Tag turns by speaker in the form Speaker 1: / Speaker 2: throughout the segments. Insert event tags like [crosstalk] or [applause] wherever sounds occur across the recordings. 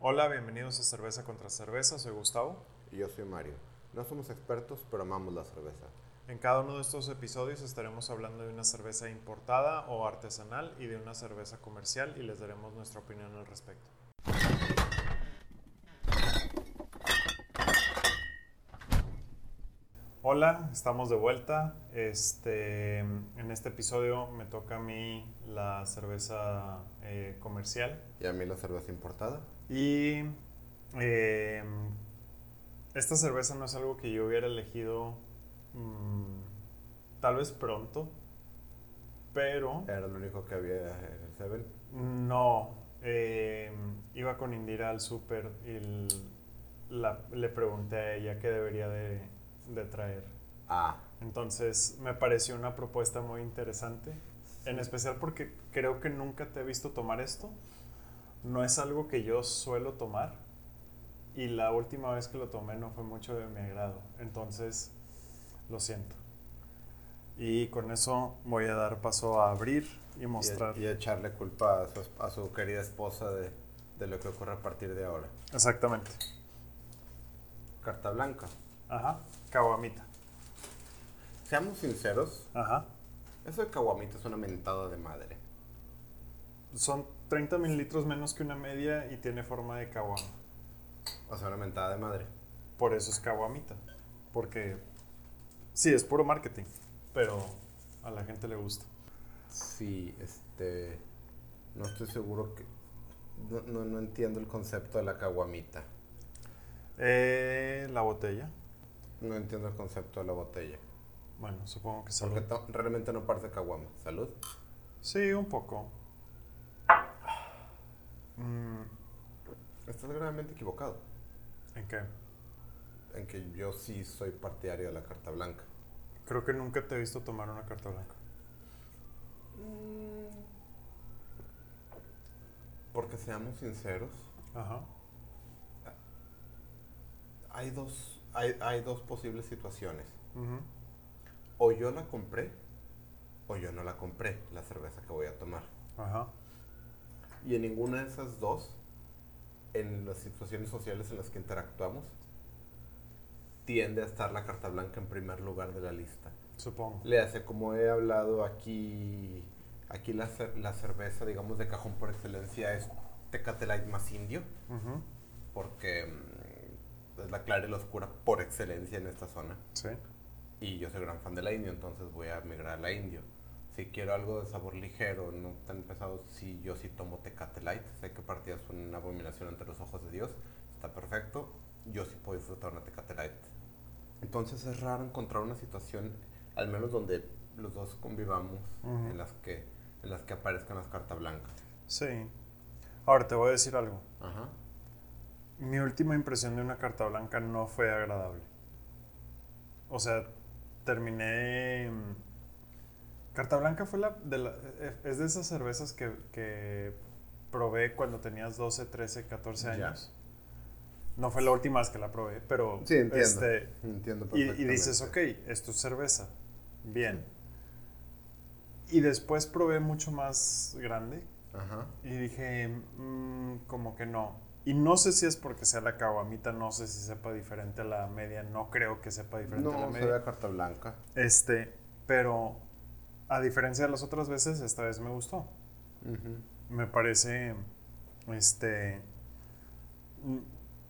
Speaker 1: Hola, bienvenidos a Cerveza contra Cerveza, soy Gustavo.
Speaker 2: Y yo soy Mario. No somos expertos, pero amamos la cerveza.
Speaker 1: En cada uno de estos episodios estaremos hablando de una cerveza importada o artesanal y de una cerveza comercial y les daremos nuestra opinión al respecto. Hola, estamos de vuelta. Este, en este episodio me toca a mí la cerveza eh, comercial
Speaker 2: Y a mí la cerveza importada.
Speaker 1: y eh, esta cerveza no es algo que yo hubiera elegido mm, tal vez pronto, pero
Speaker 2: Era lo único que había en el Seven.
Speaker 1: no. eh, iba con Indira al súper y l- la- le pregunté a ella qué debería de, de traer.
Speaker 2: Ah,
Speaker 1: Entonces me pareció una propuesta muy interesante, en especial porque creo que nunca te he visto tomar esto. No es algo que yo suelo tomar y la última vez que lo tomé no fue mucho de mi agrado. Entonces, lo siento. Y con eso voy a dar paso a abrir y
Speaker 2: y,
Speaker 1: mostrar.
Speaker 2: y echarle culpa a su, es- a su querida esposa de, de lo que ocurre a partir de ahora.
Speaker 1: Exactamente.
Speaker 2: Carta blanca.
Speaker 1: Ajá. Caguamita.
Speaker 2: Seamos sinceros,
Speaker 1: Ajá.
Speaker 2: eso de caguamita es una mentada de madre.
Speaker 1: Son 30 mililitros menos que una media y tiene forma de caguama.
Speaker 2: O sea, una mentada de madre.
Speaker 1: Por eso es caguamita. Porque sí, es puro marketing. Pero a la gente le gusta.
Speaker 2: Sí, este. No estoy seguro que. No, no, no entiendo el concepto de la caguamita.
Speaker 1: Eh, la botella.
Speaker 2: No entiendo el concepto de la botella.
Speaker 1: Bueno, supongo que
Speaker 2: Porque
Speaker 1: salud.
Speaker 2: to- realmente no parte de caguama. Salud.
Speaker 1: Sí, un poco. Mm,
Speaker 2: Estás gravemente equivocado
Speaker 1: ¿En qué?
Speaker 2: en que yo sí soy partidario de la carta blanca.
Speaker 1: Creo que nunca te he visto tomar una carta blanca.
Speaker 2: Porque seamos sinceros,
Speaker 1: Ajá.
Speaker 2: hay dos, hay, hay dos posibles situaciones.
Speaker 1: Ujú.
Speaker 2: O yo la compré, o yo no la compré, la cerveza que voy a tomar.
Speaker 1: Ajá.
Speaker 2: Y en ninguna de esas dos, en las situaciones sociales en las que interactuamos, tiende a estar la carta blanca en primer lugar de la lista.
Speaker 1: Supongo.
Speaker 2: Le hace, como he hablado aquí, aquí la, cer- la cerveza, digamos, de cajón por excelencia es Tecate Light más indio,
Speaker 1: Ujú.
Speaker 2: porque mm, es la clara y la oscura por excelencia en esta zona.
Speaker 1: Sí.
Speaker 2: Y yo soy gran fan de la indio, entonces voy a migrar a la indio. Si quiero algo de sabor ligero, no tan pesado, si yo sí tomo Tecate Light, sé que partida es una abominación ante los ojos de Dios, está perfecto, yo sí puedo disfrutar una Tecate Light. Entonces es raro encontrar una situación, al menos donde los dos convivamos,
Speaker 1: Ujú.
Speaker 2: en, las que, en las que aparezcan las cartas blancas.
Speaker 1: Sí. Ahora te voy a decir algo.
Speaker 2: Ajá.
Speaker 1: Mi última impresión de una carta blanca no fue agradable. O sea, terminé... mm, Carta blanca fue la, de la- e- es de esas cervezas que, que probé cuando tenías 12, 13, 14
Speaker 2: Ya.
Speaker 1: años. No fue la última vez que la probé, pero...
Speaker 2: Sí, entiendo.
Speaker 1: este,
Speaker 2: Entiendo
Speaker 1: y, y dices, ok, esto es cerveza. Bien. Y después probé mucho más grande,
Speaker 2: Ajá.
Speaker 1: y dije, "Mm, como que no. Y no sé si es porque sea la caguamita, no sé si sepa diferente a la media, no creo que sepa diferente a la
Speaker 2: No, se
Speaker 1: media.
Speaker 2: ve a carta blanca.
Speaker 1: Este, pero a diferencia de las otras veces, esta vez me gustó.
Speaker 2: Ujú.
Speaker 1: Me parece, este, n-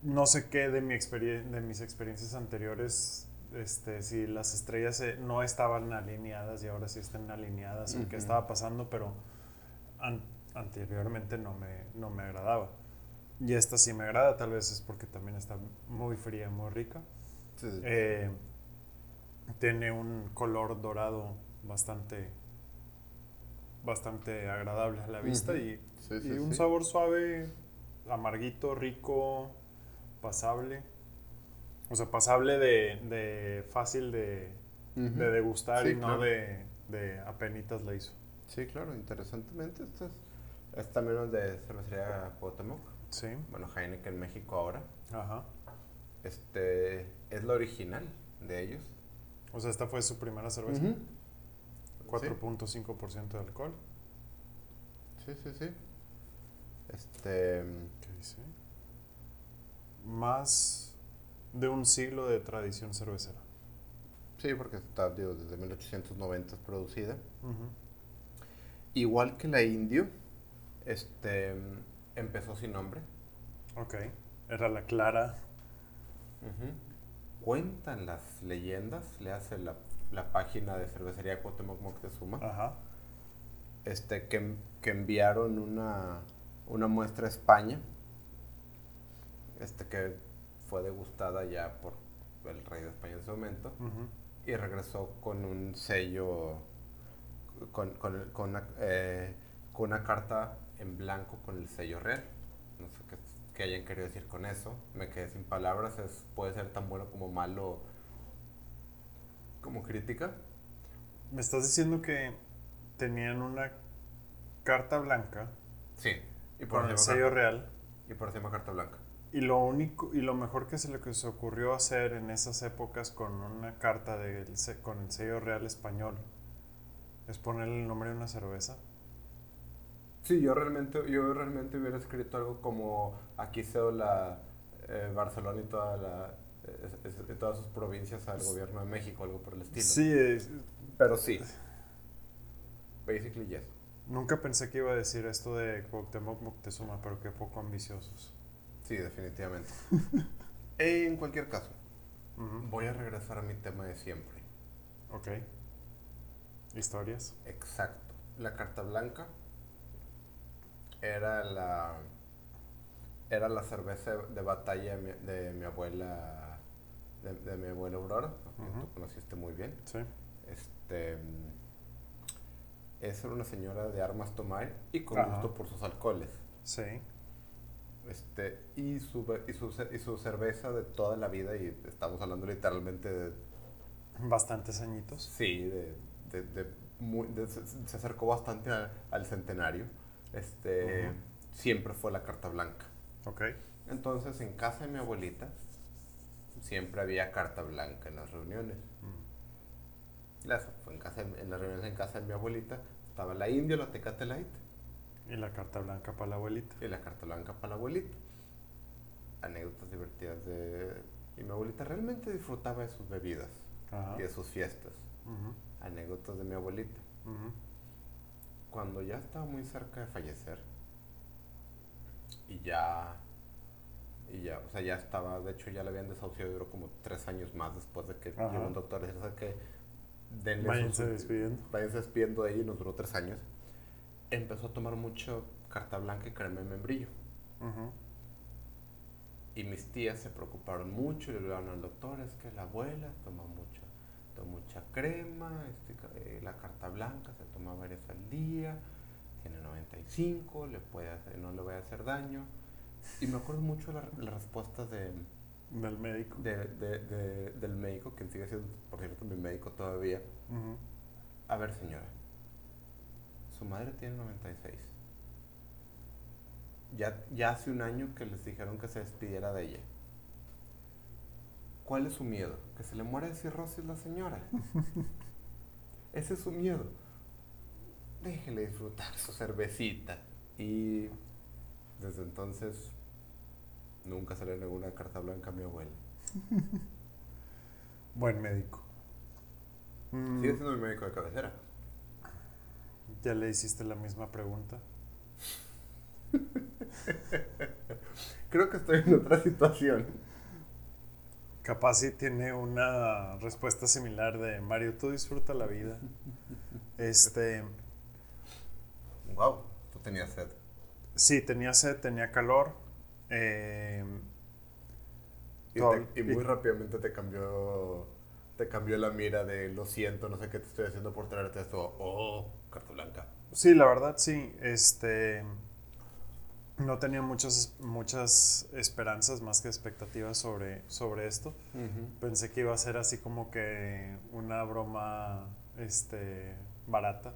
Speaker 1: no sé qué de, mi experie- de mis experiencias anteriores, este, si las estrellas eh, no estaban alineadas y ahora sí están alineadas, o qué
Speaker 2: Ujú.
Speaker 1: estaba pasando, pero an- anteriormente no me, no me agradaba. Y esta sí me agrada, tal vez es porque también está muy fría, muy rica.
Speaker 2: Sí, sí.
Speaker 1: Eh, tiene un color dorado bastante bastante agradable a la vista
Speaker 2: Ujú.
Speaker 1: y,
Speaker 2: Sí,
Speaker 1: y
Speaker 2: sí,
Speaker 1: un
Speaker 2: sí.
Speaker 1: sabor suave, amarguito, rico, pasable. O sea, pasable de, de fácil de,
Speaker 2: Ujú.
Speaker 1: de degustar
Speaker 2: Sí,
Speaker 1: y no
Speaker 2: claro.
Speaker 1: de, de apenitas la hizo.
Speaker 2: Sí, claro, interesantemente. Esta es, es también una de cervecería Cuauhtémoc,
Speaker 1: Sí,
Speaker 2: bueno, Heineken en México ahora.
Speaker 1: ajá.
Speaker 2: Este es la original de ellos.
Speaker 1: O sea, esta fue su primera cerveza.
Speaker 2: Ujú.
Speaker 1: 4.5% de alcohol.
Speaker 2: Sí, sí, sí. Este,
Speaker 1: ¿Qué dice? más de un siglo de tradición cervecera.
Speaker 2: Sí, porque está digo, desde 1890 es producida.
Speaker 1: Ujú.
Speaker 2: Igual que la Indio, este empezó sin nombre.
Speaker 1: Ok. Era la clara.
Speaker 2: Cuentan las leyendas, le hace la, la página de cervecería Cuauhtémoc Moctezuma,
Speaker 1: Ajá.
Speaker 2: este, que, que enviaron una, una muestra a España, este, que fue degustada ya por el rey de España en su momento,
Speaker 1: Ujú.
Speaker 2: y regresó con un sello, con, con- con una, eh, con una carta en blanco con el sello real. No sé qué, qué hayan querido decir con eso. Me quedé sin palabras. Es, puede ser tan bueno como malo, como crítica.
Speaker 1: Me estás diciendo que tenían una carta blanca
Speaker 2: Sí. Y por,
Speaker 1: con el
Speaker 2: encima
Speaker 1: sello
Speaker 2: carta-
Speaker 1: real.
Speaker 2: y por encima carta blanca.
Speaker 1: Y lo único y lo mejor que se le que se ocurrió hacer en esas épocas con una carta del se- con el sello real español es ponerle el nombre de una cerveza.
Speaker 2: Sí, yo realmente, yo realmente hubiera escrito algo como aquí cedo la eh, Barcelona y toda la, eh, es- es- todas sus provincias al gobierno de México, algo por el estilo.
Speaker 1: Sí, es-
Speaker 2: Pero sí. Basically yes.
Speaker 1: nunca pensé que iba a decir esto de Cuauhtémoc Moctezuma, pero qué poco ambiciosos.
Speaker 2: Sí, definitivamente. en cualquier caso,
Speaker 1: Ujú,
Speaker 2: voy a regresar a mi tema de siempre.
Speaker 1: Ok. Historias.
Speaker 2: Exacto. La carta blanca era la era la cerveza de batalla de mi, de mi abuela de, de mi abuela Aurora, que
Speaker 1: Ujú.
Speaker 2: tú conociste muy bien.
Speaker 1: Sí.
Speaker 2: Este mm, esa era una señora de armas tomar y con
Speaker 1: Ajá.
Speaker 2: gusto por sus alcoholes.
Speaker 1: Sí.
Speaker 2: Este, y su, be- y su, ce- y su cerveza de toda la vida, y estamos hablando literalmente de,
Speaker 1: Bastantes añitos.
Speaker 2: sí, de, de- de muy- de- se, se acercó bastante a- al centenario, este,
Speaker 1: Ujú.
Speaker 2: siempre fue la carta blanca.
Speaker 1: Ok.
Speaker 2: Entonces, en casa de mi abuelita, siempre había carta blanca en las reuniones.
Speaker 1: Mm,
Speaker 2: Las- fue en, casa de- en las reuniones en casa de mi abuelita, estaba la India, la Tecate Light,
Speaker 1: Y la carta blanca para la abuelita.
Speaker 2: y la carta blanca para la abuelita. Anécdotas divertidas de... Y mi abuelita realmente disfrutaba de sus bebidas
Speaker 1: Ajá.
Speaker 2: y de sus fiestas.
Speaker 1: Ujú,
Speaker 2: Anécdotas de mi abuelita.
Speaker 1: ujú.
Speaker 2: Cuando ya estaba muy cerca de fallecer y ya... Y ya, o sea, ya estaba, de hecho ya la habían desahuciado, duró como tres años más después de que
Speaker 1: Ajá.
Speaker 2: llegó un doctor a decirle que... denle sus
Speaker 1: Váyanse
Speaker 2: ulti-
Speaker 1: despidiendo.
Speaker 2: Váyanse despidiendo de ella y nos duró tres años. Empezó a tomar mucho carta blanca y crema de membrillo.
Speaker 1: Ujú.
Speaker 2: Y mis tías se preocuparon mucho y le hablaron al doctor, es que la abuela toma mucha, toma mucha crema, este, ca- eh, la carta blanca se toma varias al día, tiene 95, le puede hacer- no le voy a hacer daño. Y me acuerdo mucho la, la respuesta de,
Speaker 1: Del médico.
Speaker 2: de- de- de- del médico, quien sigue siendo, por cierto, mi médico todavía.
Speaker 1: Ujú.
Speaker 2: A ver, señora, su madre tiene 96. Ya, ya hace un año que les dijeron que se despidiera de ella. ¿Cuál es su miedo? ¿Que se le muera de cirrosis la [laughs] señora? Ese es su miedo. Déjele disfrutar su cervecita. Y desde entonces nunca se le negó una carta blanca a mi abuela.
Speaker 1: Buen médico. Mm,
Speaker 2: Sigue siendo mi médico de cabecera.
Speaker 1: ya le hiciste la misma pregunta.
Speaker 2: Creo que estoy en otra [laughs] situación.
Speaker 1: Capaz si tiene una respuesta similar de Mario, tú disfruta la
Speaker 2: [laughs]
Speaker 1: vida. Este,
Speaker 2: Wow, tú tenías sed.
Speaker 1: sí, tenía sed, tenía calor. eh,
Speaker 2: Y,
Speaker 1: Todo-
Speaker 2: te- y muy rápidamente te cambió te cambió la mira de lo siento, no sé qué te estoy haciendo por traerte esto. Oh, carta blanca.
Speaker 1: sí, la verdad, sí. Este, no tenía muchas, muchas esperanzas más que expectativas sobre, sobre esto. Pensé que iba a ser así como que una broma este, barata.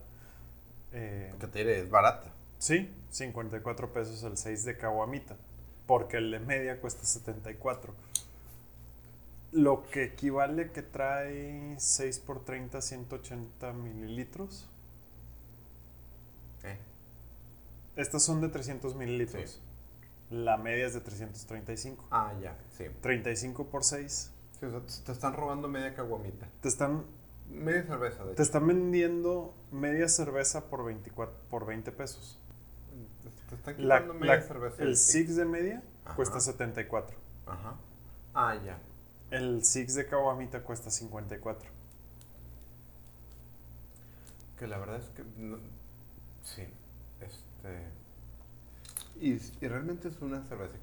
Speaker 1: Eh,
Speaker 2: Que te diré, es barata.
Speaker 1: sí, 54 pesos el 6 de caguamita, porque el de media cuesta 74. Lo que equivale que trae 6 por 30, 180 mililitros.
Speaker 2: ¿eh?
Speaker 1: Estas son de 300 mililitros. la media es de 335.
Speaker 2: Ah, ya, sí.
Speaker 1: 35 por 6.
Speaker 2: Sí, o sea, te- te están robando media caguamita.
Speaker 1: Te están,
Speaker 2: Media cerveza, de
Speaker 1: te
Speaker 2: hecho.
Speaker 1: están vendiendo media cerveza por, 24, por 20 pesos.
Speaker 2: Te, están
Speaker 1: La-
Speaker 2: quitando media
Speaker 1: la-
Speaker 2: cerveza.
Speaker 1: el
Speaker 2: del six.
Speaker 1: six de media
Speaker 2: Ajá.
Speaker 1: cuesta 74.
Speaker 2: Ajá. Ah, ya.
Speaker 1: El six de caguamita cuesta 54.
Speaker 2: Que la verdad es que. no- sí. Este. Y, y realmente es una cerveza.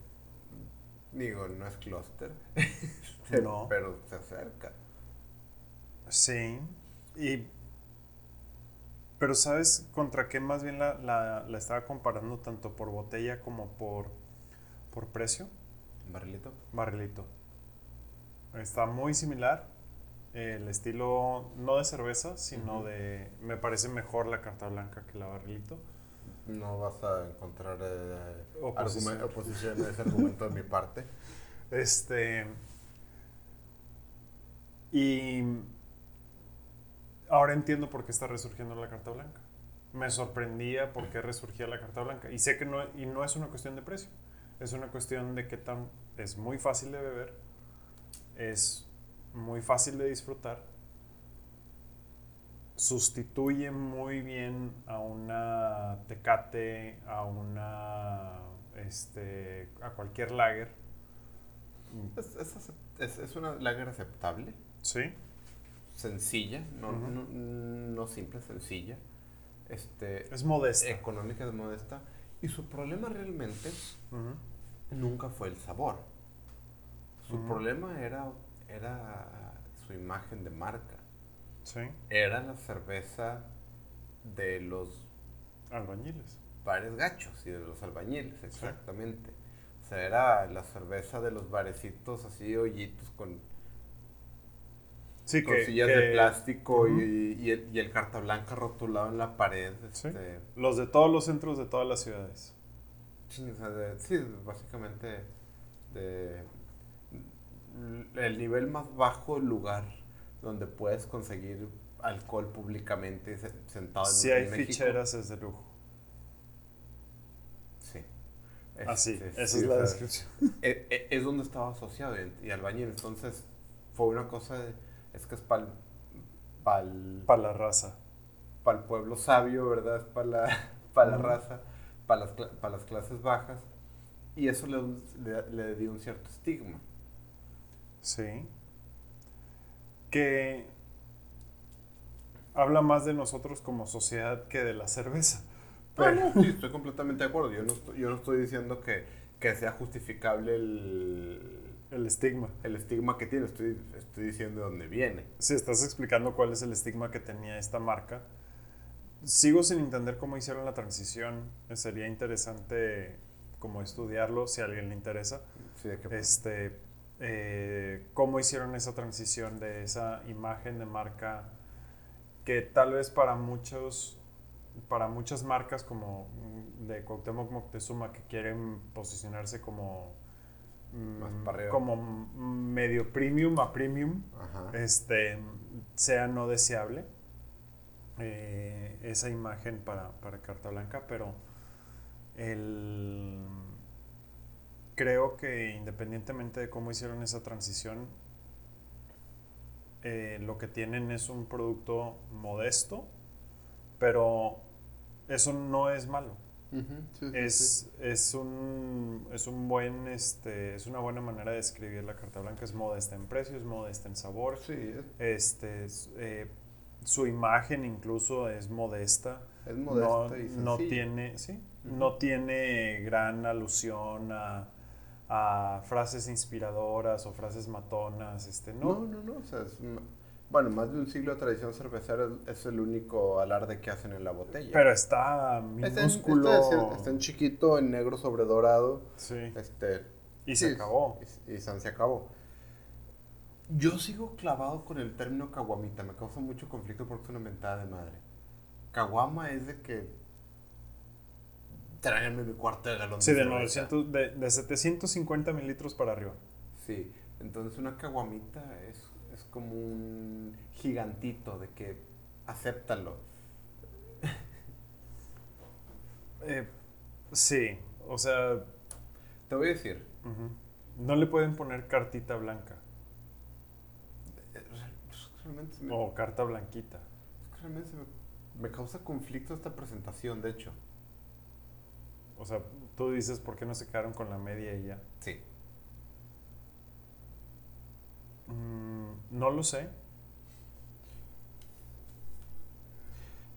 Speaker 2: Digo, no es [laughs] clúster. este,
Speaker 1: No.
Speaker 2: Pero se acerca.
Speaker 1: Sí. Y. Pero, ¿sabes contra qué más bien la, la- la estaba comparando tanto por botella como por, por precio?
Speaker 2: Barrilito.
Speaker 1: Barrilito. Está muy similar. El estilo no de cerveza, sino
Speaker 2: Ujú.
Speaker 1: de. Me parece mejor la carta blanca que la barrilito.
Speaker 2: No vas a encontrar eh,
Speaker 1: Oposición.
Speaker 2: argumen- oposición a ese argumento de mi parte.
Speaker 1: Este. Y. Ahora entiendo por qué está resurgiendo la carta blanca. Me sorprendía por qué resurgía la carta blanca. Y sé que no, y no es una cuestión de precio. Es una cuestión de qué tan. Es muy fácil de beber. Es muy fácil de disfrutar. Sustituye muy bien a una tecate, a una. Este, a cualquier lager.
Speaker 2: Es, es acep- es- es una lager aceptable,
Speaker 1: Sí,
Speaker 2: sencilla, no,
Speaker 1: Ujú.
Speaker 2: no, no simple, sencilla. Este,
Speaker 1: es modesta.
Speaker 2: económica de modesta. Y su problema realmente
Speaker 1: Ujú.
Speaker 2: nunca fue el sabor. Su
Speaker 1: Ujú.
Speaker 2: problema era, era su imagen de marca.
Speaker 1: Sí,
Speaker 2: Era la cerveza de los
Speaker 1: albañiles.
Speaker 2: bares gachos y de los albañiles,
Speaker 1: Sí.
Speaker 2: exactamente. O sea, era la cerveza de los barecitos así, hoyitos con,
Speaker 1: Sí,
Speaker 2: con
Speaker 1: que,
Speaker 2: sillas
Speaker 1: que
Speaker 2: de plástico
Speaker 1: Ujú.
Speaker 2: y, y el, y el carta blanca rotulado en la pared.
Speaker 1: Sí.
Speaker 2: Este,
Speaker 1: los de todos los centros de todas las ciudades.
Speaker 2: Sí, o sea, de- sí, básicamente de, l- el nivel más bajo lugar donde puedes conseguir alcohol públicamente se- sentado en,
Speaker 1: Si
Speaker 2: en
Speaker 1: hay
Speaker 2: México.
Speaker 1: ficheras es de lujo.
Speaker 2: Sí.
Speaker 1: Así,
Speaker 2: Este,
Speaker 1: Ah, esa
Speaker 2: sí,
Speaker 1: es la
Speaker 2: o sea,
Speaker 1: descripción.
Speaker 2: e- e- es, donde estaba asociado y, y albañil. Entonces fue una cosa de- es que es para el
Speaker 1: Para la raza.
Speaker 2: pueblo sabio, ¿verdad? Es para [laughs] la, pa' la
Speaker 1: Ujú.
Speaker 2: raza, para las, cla- pa' las clases bajas. Y eso le, le- le dio un cierto estigma.
Speaker 1: Sí. Que habla más de nosotros como sociedad que de la cerveza.
Speaker 2: Ah,
Speaker 1: Pero-
Speaker 2: no, sí, estoy completamente de acuerdo. Yo no estoy, yo no estoy diciendo que, que sea justificable el,
Speaker 1: El estigma.
Speaker 2: el estigma que tiene. Estoy, estoy diciendo de dónde viene.
Speaker 1: Si estás explicando cuál es el estigma que tenía esta marca, sigo sin entender cómo hicieron la transición. Sería interesante como estudiarlo si a alguien le interesa.
Speaker 2: Sí, de que-
Speaker 1: este, eh, cómo hicieron esa transición de esa imagen de marca que tal vez para muchos, para muchas marcas como mm, de Cuauhtémoc Moctezuma que quieren posicionarse como mm,
Speaker 2: Más para arriba.
Speaker 1: como mm, medio premium a premium
Speaker 2: Ajá.
Speaker 1: este, sea no deseable eh, esa imagen para, para Carta Blanca, pero el, creo que independientemente de cómo hicieron esa transición, eh, lo que tienen es un producto modesto, pero eso no es malo. Es, es, un, es un buen este, es una buena manera de describir la carta blanca, es modesta en precio, es modesta en sabor,
Speaker 2: Sí, es,
Speaker 1: este, es, eh, su imagen incluso es modesta.
Speaker 2: es
Speaker 1: No-
Speaker 2: modesto y
Speaker 1: no,
Speaker 2: sencillo.
Speaker 1: tiene, sí,
Speaker 2: Ujú.
Speaker 1: no tiene gran alusión a, a frases inspiradoras o frases matonas. Este,
Speaker 2: No,
Speaker 1: no,
Speaker 2: no, no. O sea, es ma- bueno, más de un siglo de tradición cervecera es- es el único alarde que hacen en la botella.
Speaker 1: pero está
Speaker 2: Está en,
Speaker 1: minúsculo.
Speaker 2: está- está en chiquito, en negro sobre dorado.
Speaker 1: Sí,
Speaker 2: Este,
Speaker 1: y se
Speaker 2: Sí,
Speaker 1: acabó.
Speaker 2: Y, y San se acabó. Yo sigo clavado con el término caguamita. Me causa mucho conflicto porque es una mentada de madre. Caguama es de que. Tráigame mi cuarto de galón.
Speaker 1: Sí, de,
Speaker 2: cerveza.
Speaker 1: 900, de, de 750 mililitros para arriba.
Speaker 2: Sí, entonces una caguamita es, es como un gigantito de que acéptalo.
Speaker 1: Eh, sí, o sea,
Speaker 2: Te voy a decir,
Speaker 1: Ujú. No le pueden poner cartita blanca
Speaker 2: eh, realmente se me,
Speaker 1: o carta blanquita.
Speaker 2: realmente se me, me causa conflicto esta presentación, de hecho.
Speaker 1: O sea, tú dices por qué no se quedaron con la media y ya.
Speaker 2: Sí.
Speaker 1: Mm, no lo sé.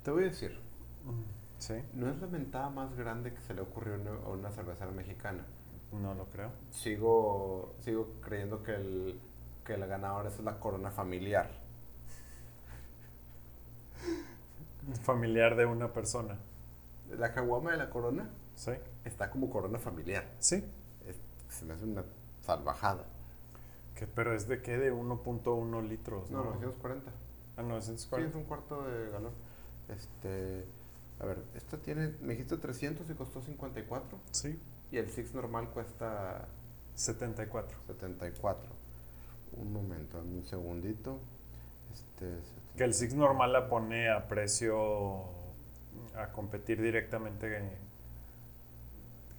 Speaker 2: Te voy a decir,
Speaker 1: Mm, Sí,
Speaker 2: no es la mentada más grande que se le ocurrió a una- a una cervecera mexicana.
Speaker 1: no lo creo.
Speaker 2: Sigo, sigo creyendo que el, que la ganadora es la corona familiar.
Speaker 1: Familiar de una persona.
Speaker 2: La caguama de la corona
Speaker 1: Sí,
Speaker 2: está como corona familiar.
Speaker 1: sí.
Speaker 2: Es- se me hace una salvajada.
Speaker 1: Que, pero es de qué? De 1.1 litros,
Speaker 2: No,
Speaker 1: ¿no?
Speaker 2: 940.
Speaker 1: Ah,
Speaker 2: Sí, es
Speaker 1: 940.
Speaker 2: un cuarto de galón. Este, a ver, esta tiene, me dijiste 300 y costó 54.
Speaker 1: Sí,
Speaker 2: Y el Six normal cuesta
Speaker 1: 74.
Speaker 2: 74. Un momento, dame un segundito. Este,
Speaker 1: Que el Six normal la pone a precio a competir directamente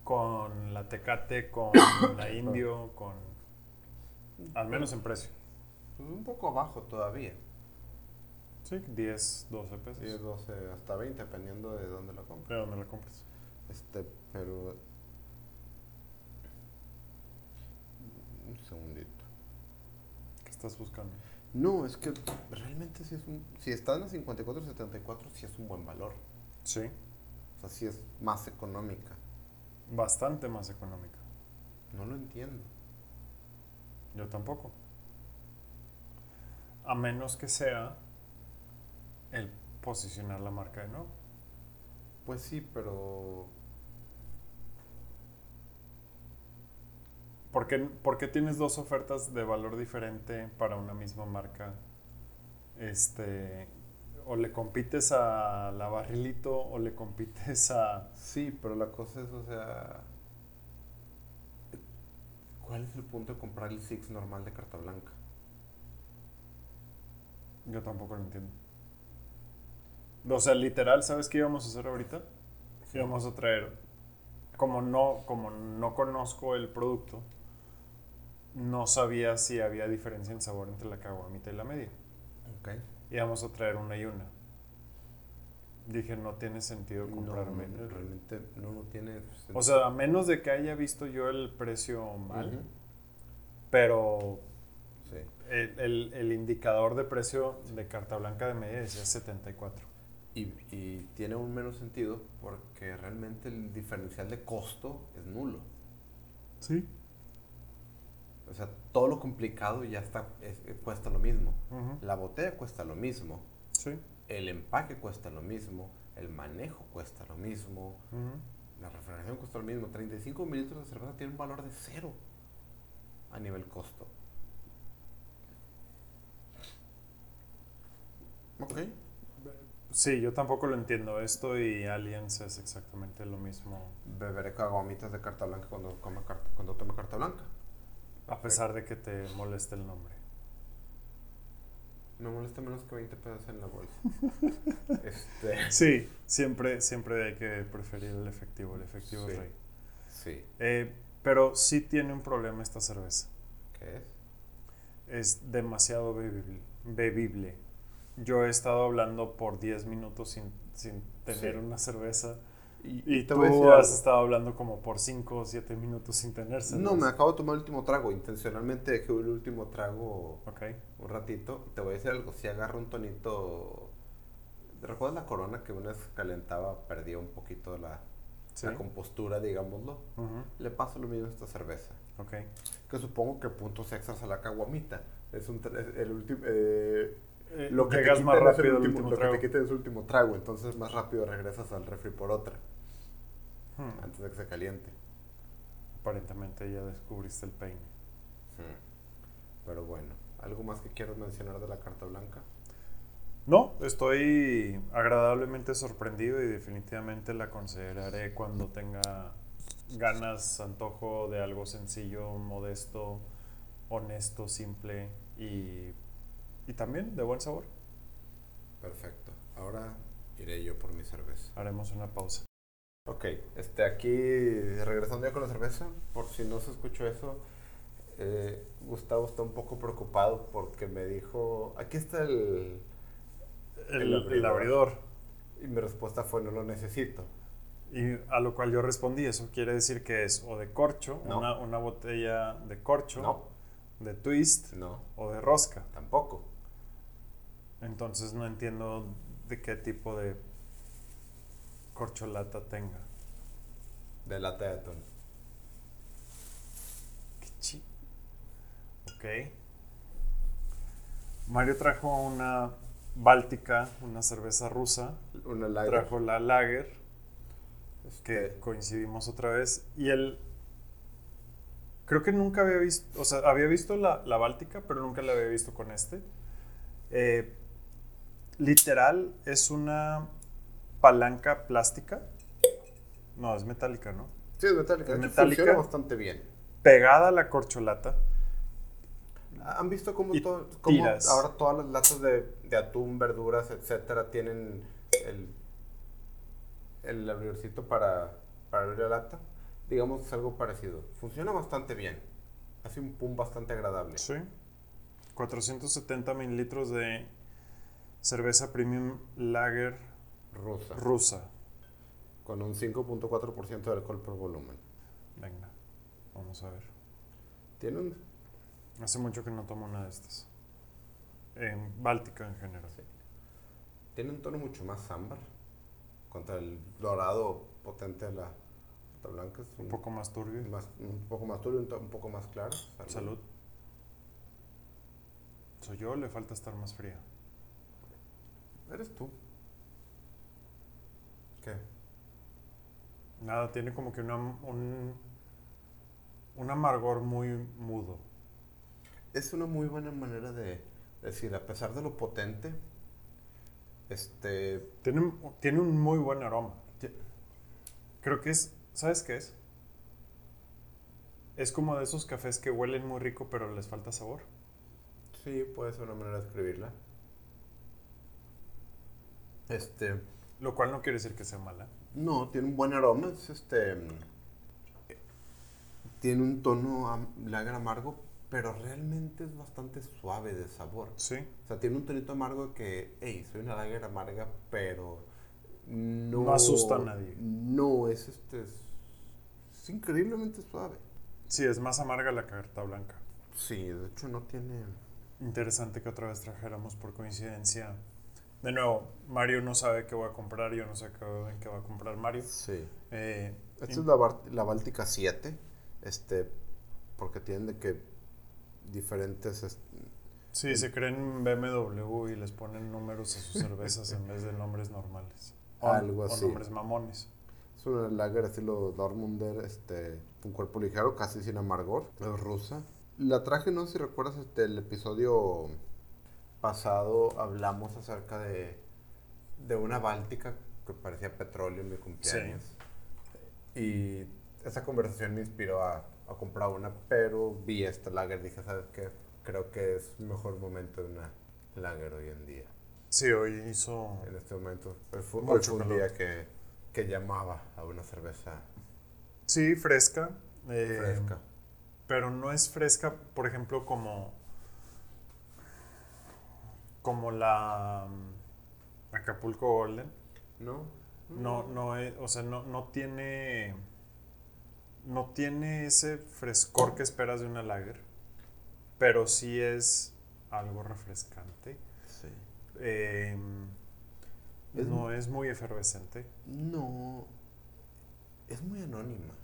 Speaker 1: con la Tecate, con la Indio, con al menos en precio.
Speaker 2: Pues un poco abajo todavía.
Speaker 1: Sí, 10, 12 pesos.
Speaker 2: 10, 12, hasta 20, dependiendo de dónde lo compres.
Speaker 1: ¿De dónde la compras?
Speaker 2: Este, pero. Un segundito.
Speaker 1: ¿Qué estás buscando?
Speaker 2: No, es que realmente si es un. Si están a 54.74, sí es un buen valor.
Speaker 1: Sí,
Speaker 2: O sea, sí es más económica.
Speaker 1: bastante más económica.
Speaker 2: No lo entiendo.
Speaker 1: Yo tampoco. A menos que sea el posicionar la marca de nuevo.
Speaker 2: Pues sí, pero.
Speaker 1: ¿Por qué, por qué tienes dos ofertas de valor diferente para una misma marca? Este, o le compites a la barrilito o le compites a...
Speaker 2: Sí, pero la cosa es, o sea. ¿Cuál es el punto de comprar el Six normal de carta blanca?
Speaker 1: Yo tampoco lo entiendo. O sea, literal, ¿sabes qué íbamos a hacer ahorita? Íbamos a traer, como no, como no conozco el producto, no sabía si había diferencia en sabor entre la caguamita y la media.
Speaker 2: Ok.
Speaker 1: íbamos a traer una y una. Dije, no tiene sentido comprarme.
Speaker 2: No, realmente no lo tiene.
Speaker 1: o sea, a menos de que haya visto yo el precio mal,
Speaker 2: Ujú.
Speaker 1: pero
Speaker 2: Sí.
Speaker 1: el, el- el indicador de precio de carta blanca de media decía 74.
Speaker 2: Y, y tiene un menos sentido porque realmente el diferencial de costo es nulo.
Speaker 1: Sí.
Speaker 2: O sea, todo lo complicado ya está, es- eh, cuesta lo mismo. La botella cuesta lo mismo,
Speaker 1: Sí.
Speaker 2: el empaque cuesta lo mismo, el manejo cuesta lo mismo,
Speaker 1: Ujú.
Speaker 2: la refrigeración cuesta lo mismo. 35 mililitros de cerveza tiene un valor de cero a nivel costo. Ok.
Speaker 1: Sí, yo tampoco lo entiendo. Esto y Aliens es exactamente lo mismo.
Speaker 2: Beberé caguamitas de carta blanca cuando, coma carta, cuando tome carta blanca.
Speaker 1: A pesar de que te moleste el nombre.
Speaker 2: Me molesta menos que 20 pesos en
Speaker 1: [laughs]
Speaker 2: la bolsa. este.
Speaker 1: Sí, siempre, siempre hay que preferir el efectivo. El efectivo es
Speaker 2: Sí.
Speaker 1: rey.
Speaker 2: Sí.
Speaker 1: Eh, pero sí tiene un problema esta cerveza.
Speaker 2: ¿Qué es?
Speaker 1: Es demasiado bebible. bebible. Yo he estado hablando por 10 minutos sin, sin tener
Speaker 2: Sí.
Speaker 1: una cerveza.
Speaker 2: Y,
Speaker 1: Y
Speaker 2: te
Speaker 1: tú
Speaker 2: voy a decir
Speaker 1: has
Speaker 2: algo.
Speaker 1: estado hablando como por 5 o 7 minutos sin tener cerveza.
Speaker 2: No, me acabo de tomar el último trago. Intencionalmente dejé el último trago
Speaker 1: Ok.
Speaker 2: un ratito. Y te voy a decir algo. Si agarra un tonito. ¿Recuerdas la corona que una vez calentaba, perdía un poquito la,
Speaker 1: Sí.
Speaker 2: la compostura, digámoslo?
Speaker 1: Ujú,
Speaker 2: Le pasa lo mismo a esta cerveza.
Speaker 1: Ok.
Speaker 2: Que supongo que puntos extras a la caguamita. Es un tra- es el último. eh,
Speaker 1: Eh,
Speaker 2: lo que
Speaker 1: llegas
Speaker 2: te
Speaker 1: más
Speaker 2: quitan es
Speaker 1: rápido al último,
Speaker 2: lo que
Speaker 1: trago.
Speaker 2: te quitan es el último trago, entonces más rápido regresas al refri por otra,
Speaker 1: Hmm,
Speaker 2: antes de que se caliente.
Speaker 1: Aparentemente ya descubriste el peine.
Speaker 2: Pero bueno, ¿algo más que quieras mencionar de la carta blanca?
Speaker 1: No, estoy agradablemente sorprendido y definitivamente la consideraré cuando tenga ganas, antojo de algo sencillo, modesto, honesto, simple y, y también de buen sabor.
Speaker 2: Perfecto. Ahora iré yo por mi cerveza.
Speaker 1: Haremos una pausa.
Speaker 2: Ok, este, aquí regresando ya con la cerveza, por si no se escuchó eso, eh, Gustavo está un poco preocupado porque me dijo, aquí está el,
Speaker 1: El, el abridor.
Speaker 2: Y mi respuesta fue, no lo necesito.
Speaker 1: Y a lo cual yo respondí, eso quiere decir que es o de corcho,
Speaker 2: No.
Speaker 1: una, una botella de corcho,
Speaker 2: No,
Speaker 1: de twist
Speaker 2: no,
Speaker 1: o de rosca.
Speaker 2: tampoco.
Speaker 1: Entonces no entiendo de qué tipo de corcholata tenga.
Speaker 2: De lata de atún.
Speaker 1: Qué chi- Ok. Mario trajo una báltica, una cerveza rusa.
Speaker 2: Una lager.
Speaker 1: Trajo la lager, que
Speaker 2: Este,
Speaker 1: coincidimos otra vez. Y él. Creo que nunca había visto. O sea, había visto la, la báltica, pero nunca la había visto con este. Eh, literal, es una palanca plástica. No, es metálica, ¿no?
Speaker 2: Sí, es metálica.
Speaker 1: ¿Es
Speaker 2: De hecho,
Speaker 1: metálica?
Speaker 2: Funciona bastante bien.
Speaker 1: Pegada a la corcholata.
Speaker 2: ¿Han visto cómo,
Speaker 1: Y
Speaker 2: to- cómo
Speaker 1: tiras.
Speaker 2: ahora todas las latas de, de atún, verduras, etcétera, tienen el, el abridorcito para, para abrir la lata? Digamos que es algo parecido. Funciona bastante bien. Hace un pum bastante agradable.
Speaker 1: Sí. 470 mililitros de cerveza premium lager
Speaker 2: Rusa.
Speaker 1: rusa.
Speaker 2: con un 5.4% de alcohol por volumen.
Speaker 1: Venga, vamos a ver.
Speaker 2: Tiene un...
Speaker 1: Hace mucho que no tomo una de estas. En Báltica en general.
Speaker 2: Tiene un tono mucho más ámbar contra el dorado potente de la lata blanca. Es
Speaker 1: Un poco más turbio.
Speaker 2: más, un poco más turbio, un, to- un poco más claro. Salud.
Speaker 1: Salud. Soy yo, le falta estar más fría.
Speaker 2: Eres tú. ¿Qué?
Speaker 1: Nada, tiene como que una, un, un amargor muy mudo.
Speaker 2: Es una muy buena manera de decir, a pesar de lo potente, este...
Speaker 1: Tiene, tiene un muy buen aroma.
Speaker 2: Ti-
Speaker 1: Creo que es, ¿sabes qué es? Es como de esos cafés que huelen muy rico pero les falta sabor.
Speaker 2: Sí, puede ser una manera de escribirla. Este...
Speaker 1: Lo cual no quiere decir que sea mala.
Speaker 2: No, tiene un buen aroma, es este... Tiene un tono am- lager amargo, pero realmente es bastante suave de sabor.
Speaker 1: Sí.
Speaker 2: O sea, tiene un tonito amargo que, hey, soy una lager amarga, pero no...
Speaker 1: No asusta a nadie.
Speaker 2: No, es este... Es, es increíblemente suave.
Speaker 1: Sí, es más amarga la carta blanca.
Speaker 2: Sí, de hecho no tiene...
Speaker 1: Interesante que otra vez trajéramos por coincidencia. De nuevo, Mario no sabe qué va a comprar, yo no sé qué, qué va a comprar Mario.
Speaker 2: Sí.
Speaker 1: Eh,
Speaker 2: Esta
Speaker 1: in-
Speaker 2: es la, Bar- la Báltica 7, este, porque tienen de que diferentes... es-
Speaker 1: sí, se creen BMW y les ponen números a sus cervezas en vez de nombres normales. O,
Speaker 2: Algo
Speaker 1: o
Speaker 2: así.
Speaker 1: nombres mamones.
Speaker 2: Es una lager estilo Dortmunder, este, un cuerpo ligero, casi sin amargor, es rusa. La traje, no sé si recuerdas, este, el episodio pasado hablamos acerca de, de una báltica que parecía petróleo en mi cumpleaños. Y esa conversación me inspiró a, a comprar una, pero vi esta lager, dije, ¿sabes qué? Creo que es el mejor momento de una lager hoy en día.
Speaker 1: Sí, hoy hizo
Speaker 2: En este momento, hoy fue, hoy
Speaker 1: Mucho
Speaker 2: fue un
Speaker 1: calor.
Speaker 2: día que, que llamaba a una cerveza
Speaker 1: Sí, fresca. eh,
Speaker 2: fresca.
Speaker 1: Pero no es fresca, por ejemplo, como. Como la. mm, Acapulco Golden.
Speaker 2: ¿No?
Speaker 1: No, no es. O sea, no, no tiene. No tiene ese frescor que esperas de una lager. Pero sí es algo refrescante.
Speaker 2: Sí.
Speaker 1: eh,
Speaker 2: Es-
Speaker 1: no es muy efervescente.
Speaker 2: No. Es muy anónima.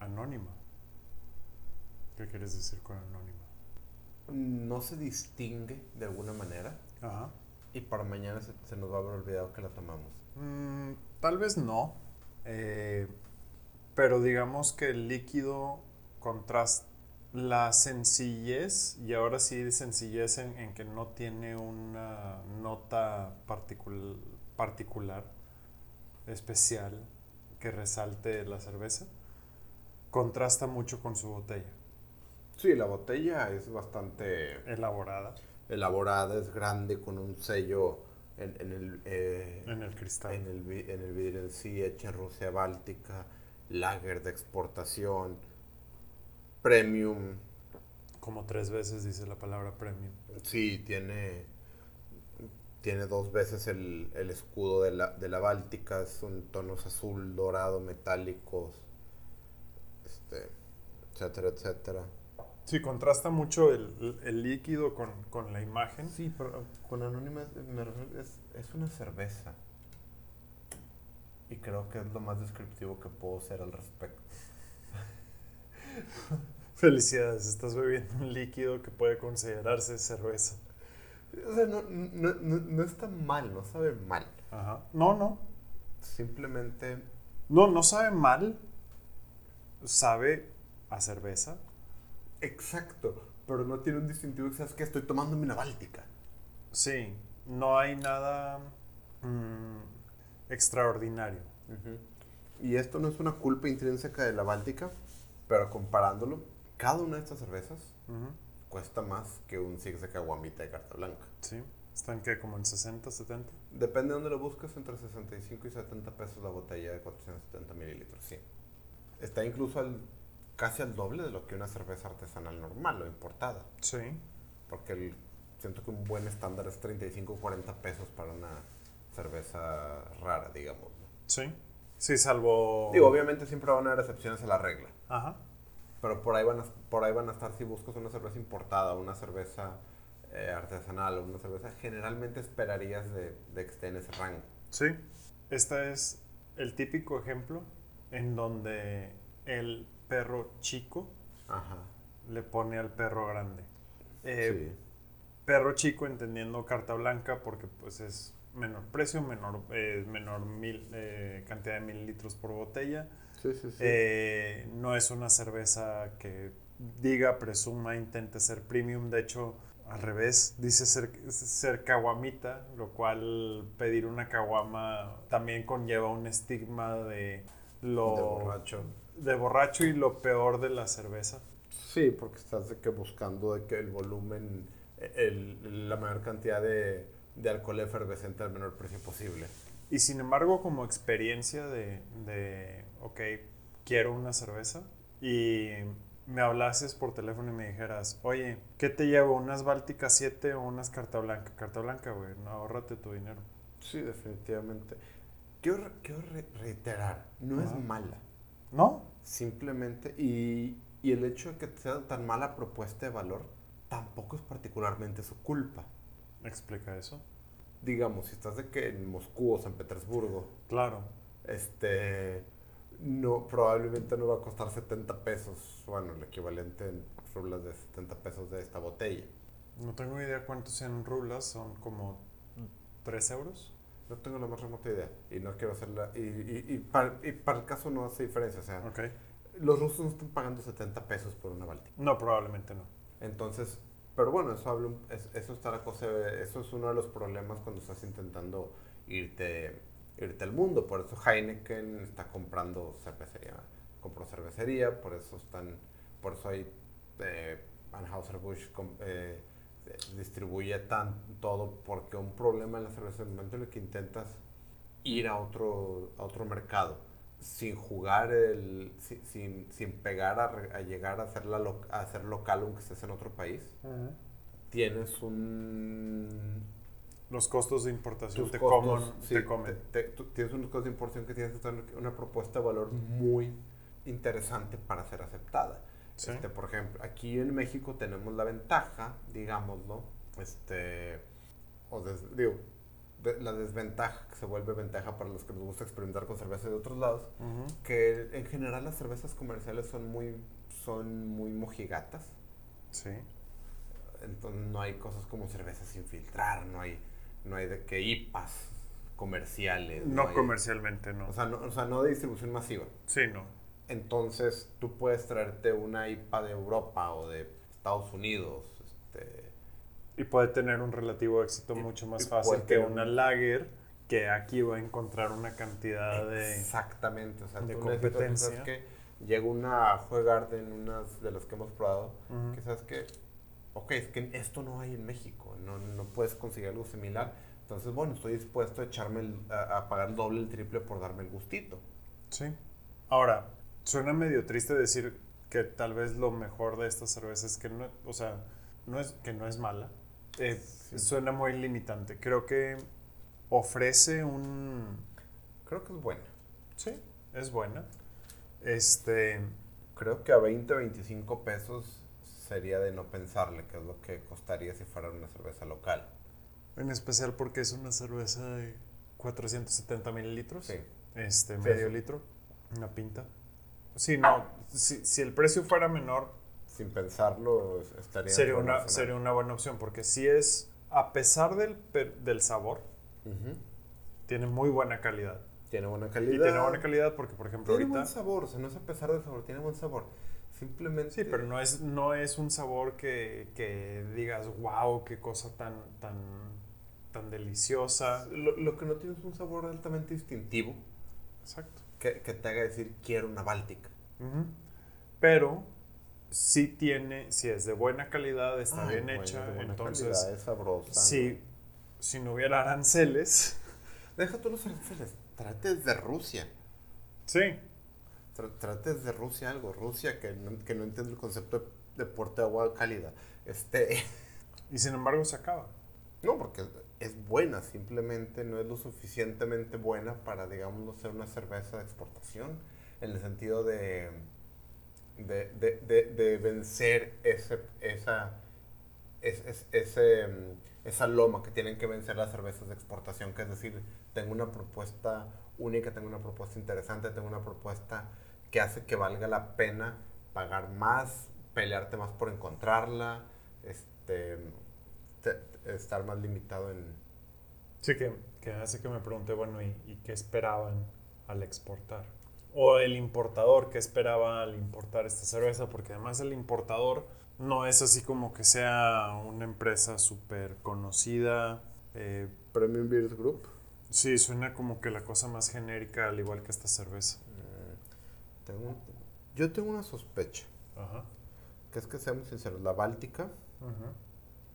Speaker 1: Anónima. ¿Qué quieres decir con anónima?
Speaker 2: No se distingue de alguna manera.
Speaker 1: Ajá.
Speaker 2: Y para mañana se, se nos va a haber olvidado que la tomamos.
Speaker 1: Mm, tal vez no. eh, pero digamos que el líquido contrasta la sencillez, y ahora sí sencillez en, en que no tiene una nota particul- particular, especial, que resalte la cerveza, contrasta mucho con su botella,
Speaker 2: Sí, la botella es bastante
Speaker 1: elaborada.
Speaker 2: elaborada, es grande, con un sello en, en el, eh,
Speaker 1: En el cristal.
Speaker 2: en el, vi- en el vidrio en sí, hecha en Rusia Báltica, lager de exportación, premium,
Speaker 1: Como tres veces dice la palabra premium.
Speaker 2: sí, tiene, tiene dos veces el, el escudo de la, de la Báltica, son tonos azul, dorado, metálicos, este, etcétera, etcétera.
Speaker 1: Sí, contrasta mucho el, el líquido con, con la imagen.
Speaker 2: Sí, pero con Anónima es- me refiero- es, es una cerveza. Y creo que es lo más descriptivo que puedo ser al respecto.
Speaker 1: Felicidades, estás bebiendo un líquido que puede considerarse cerveza.
Speaker 2: O sea, no, no, no, no está mal, no sabe mal.
Speaker 1: Ajá. No, no.
Speaker 2: Simplemente
Speaker 1: No, no sabe mal. Sabe a cerveza.
Speaker 2: exacto, pero no tiene un distintivo que seas que estoy tomando una báltica.
Speaker 1: Sí, no hay nada mm, extraordinario.
Speaker 2: Y esto no es una culpa intrínseca de la báltica, pero comparándolo, cada una de estas cervezas
Speaker 1: Ujú,
Speaker 2: cuesta más que un six de caguamita de carta blanca.
Speaker 1: Sí. ¿Están que ¿Como en 60, 70?
Speaker 2: Depende de dónde lo busques, entre 65 y 70 pesos la botella de 470 mililitros, sí. Está incluso al, casi al doble de lo que una cerveza artesanal normal o importada.
Speaker 1: Sí.
Speaker 2: Porque el- siento que un buen estándar es 35 o 40 pesos para una cerveza rara, digamos. ¿no?
Speaker 1: Sí. Sí, salvo...
Speaker 2: Digo, obviamente siempre van a haber excepciones a la regla.
Speaker 1: Ajá.
Speaker 2: Pero por ahí van a, por ahí van a estar si buscas una cerveza importada, una cerveza eh, artesanal o una cerveza, generalmente esperarías de, de que esté en ese rango.
Speaker 1: Sí. Este es el típico ejemplo en donde el perro chico
Speaker 2: Ajá.
Speaker 1: le pone al perro grande. Eh,
Speaker 2: Sí.
Speaker 1: Perro chico entendiendo carta blanca porque pues es menor precio, menor, eh, menor mil, eh, cantidad de mililitros por botella.
Speaker 2: Sí, sí, sí.
Speaker 1: Eh, no es una cerveza que diga, presuma, intente ser premium. De hecho, al revés, dice ser, ser caguamita, lo cual pedir una caguama también conlleva un estigma de lo
Speaker 2: De borracho.
Speaker 1: de borracho y lo peor de la cerveza.
Speaker 2: Sí, porque estás de que buscando de que el volumen, eh, el- la mayor cantidad de, de alcohol efervescente al menor precio posible.
Speaker 1: Y sin embargo, como experiencia de, de, ok, quiero una cerveza y me hablases por teléfono y me dijeras, oye, ¿qué te llevo? ¿Unas Báltica 7 o unas Carta Blanca? Carta Blanca, güey, no, ahórrate tu dinero.
Speaker 2: Sí, definitivamente. Quiero, re- quiero re- reiterar, no
Speaker 1: Ajá.
Speaker 2: es mala.
Speaker 1: ¿No?
Speaker 2: Simplemente, y, y el hecho de que sea tan mala propuesta de valor, tampoco es particularmente su culpa.
Speaker 1: Explica eso.
Speaker 2: Digamos, si estás de que en Moscú o San Petersburgo,
Speaker 1: Claro.
Speaker 2: este, no, probablemente no va a costar 70 pesos, bueno, el equivalente en rublas de 70 pesos de esta botella.
Speaker 1: No tengo idea cuántos sean rublas, son como 3 euros.
Speaker 2: No tengo la más remota idea y no quiero hacerla. Y, y, y para, y para el caso no hace diferencia. O sea,
Speaker 1: Ok.
Speaker 2: los rusos no están pagando 70 pesos por una baltica.
Speaker 1: No, probablemente no.
Speaker 2: Entonces, pero bueno, eso, habla un- es- eso, está la cosa, de- eso es uno de los problemas cuando estás intentando irte, irte al mundo. Por eso Heineken está comprando cervecería. Compró cervecería, por eso están, por eso hay eh, Anheuser-Busch com- eh, eh, distribuye tan, todo, porque un problema en la cerveza, en el momento en el que intentas ir a otro, a otro mercado sin jugar el si- sin, sin pegar a, re- a llegar a ser, la lo- a ser local aunque estés en otro país tienes un
Speaker 1: Los costos de importación
Speaker 2: tus
Speaker 1: te, comen-
Speaker 2: costos, sí,
Speaker 1: te comen.
Speaker 2: te- te- tú tienes unos costos de importación que tienes que tener una propuesta de valor muy interesante para ser aceptada
Speaker 1: Sí.
Speaker 2: Este, por ejemplo, aquí en México tenemos la ventaja, digámoslo, este, o des- digo, de- la desventaja que se vuelve ventaja para los que nos gusta experimentar con cervezas de otros lados,
Speaker 1: Ujú.
Speaker 2: que en general las cervezas comerciales son muy, son muy mojigatas,
Speaker 1: Sí.
Speaker 2: entonces no hay cosas como cervezas sin filtrar, no hay, no hay de que IPAs comerciales.
Speaker 1: No
Speaker 2: hay-
Speaker 1: comercialmente, no.
Speaker 2: Eh, O sea, no, o sea, no de distribución masiva.
Speaker 1: Sí, no.
Speaker 2: Entonces tú puedes traerte una IPA de Europa o de Estados Unidos. Este,
Speaker 1: Y puede tener un relativo éxito
Speaker 2: Y-
Speaker 1: mucho más
Speaker 2: y
Speaker 1: fácil
Speaker 2: puede
Speaker 1: que
Speaker 2: tener
Speaker 1: una
Speaker 2: un-
Speaker 1: lager, que aquí va a encontrar una cantidad de...
Speaker 2: exactamente. O sea,
Speaker 1: de
Speaker 2: tú necesitas,
Speaker 1: competencia.
Speaker 2: ¿sabes qué? Llega una Joe Garden, unas de las que hemos probado,
Speaker 1: Ujú.
Speaker 2: que sabes que, ok, es que esto no hay en México, no, no puedes conseguir algo similar, Entonces, bueno, estoy dispuesto a, echarme el- a, a pagar el doble, el triple por darme el gustito.
Speaker 1: Sí. Ahora, suena medio triste decir que tal vez lo mejor de esta cerveza es que no, o sea, no es que no es mala. Eh,
Speaker 2: Sí.
Speaker 1: Suena muy limitante. Creo que ofrece un
Speaker 2: Creo que es bueno.
Speaker 1: sí, es buena. Este,
Speaker 2: Creo que a 20, 25 pesos sería de no pensarle, que es lo que costaría si fuera una cerveza local.
Speaker 1: en especial porque es una cerveza de 470 mililitros.
Speaker 2: Sí.
Speaker 1: Este,
Speaker 2: Sí,
Speaker 1: medio
Speaker 2: sí.
Speaker 1: litro, una pinta. Sí, no, si, si el precio fuera menor,
Speaker 2: Sin pensarlo, es- estaría.
Speaker 1: sería
Speaker 2: dentro de lo
Speaker 1: una,
Speaker 2: razonable.
Speaker 1: sería una buena opción, porque si es, a pesar del, per- del sabor,
Speaker 2: Ujú.
Speaker 1: tiene muy buena calidad.
Speaker 2: Tiene buena calidad.
Speaker 1: Y tiene buena calidad porque, por ejemplo,
Speaker 2: Tiene
Speaker 1: ahorita...
Speaker 2: buen sabor, o sea, no es a pesar del sabor, tiene buen sabor. Simplemente.
Speaker 1: Sí, pero no es, no es un sabor que, que digas, wow, qué cosa tan, tan, tan deliciosa.
Speaker 2: Lo, lo que no tiene es un sabor altamente distintivo
Speaker 1: Exacto.
Speaker 2: que, que te haga decir quiero una báltica.
Speaker 1: Ujú. Pero sí tiene, si es de buena calidad, está
Speaker 2: Ah,
Speaker 1: bien
Speaker 2: bueno,
Speaker 1: hecha,
Speaker 2: de buena
Speaker 1: entonces...
Speaker 2: calidad, es sabrosa.
Speaker 1: si, si no hubiera aranceles.
Speaker 2: Deja tú los aranceles. Trates de Rusia.
Speaker 1: Sí.
Speaker 2: Tra- trates de Rusia algo. Rusia que no, que no entiende el concepto de, de puerto de agua cálida. Este.
Speaker 1: Y sin embargo se acaba.
Speaker 2: No, porque es buena, simplemente no es lo suficientemente buena para, digamos, ser una cerveza de exportación, en el sentido de, de, de, de- de vencer ese, esa, es- es- ese, mm, esa loma que tienen que vencer las cervezas de exportación, que es decir, tengo una propuesta única, tengo una propuesta interesante, tengo una propuesta que hace que valga la pena pagar más, pelearte más por encontrarla, este, te- te- estar más limitado en...
Speaker 1: Sí, que, que hace que me pregunte, bueno, ¿y, y qué esperaban al exportar? O el importador, ¿qué esperaba al importar esta cerveza? Porque además el importador no es así como que sea una empresa súper conocida. eh,
Speaker 2: Premium Beers Group.
Speaker 1: sí, suena como que la cosa más genérica, al igual que esta cerveza.
Speaker 2: Mm, tengo, yo tengo una sospecha,
Speaker 1: Ajá.
Speaker 2: que es que seamos sinceros, la Báltica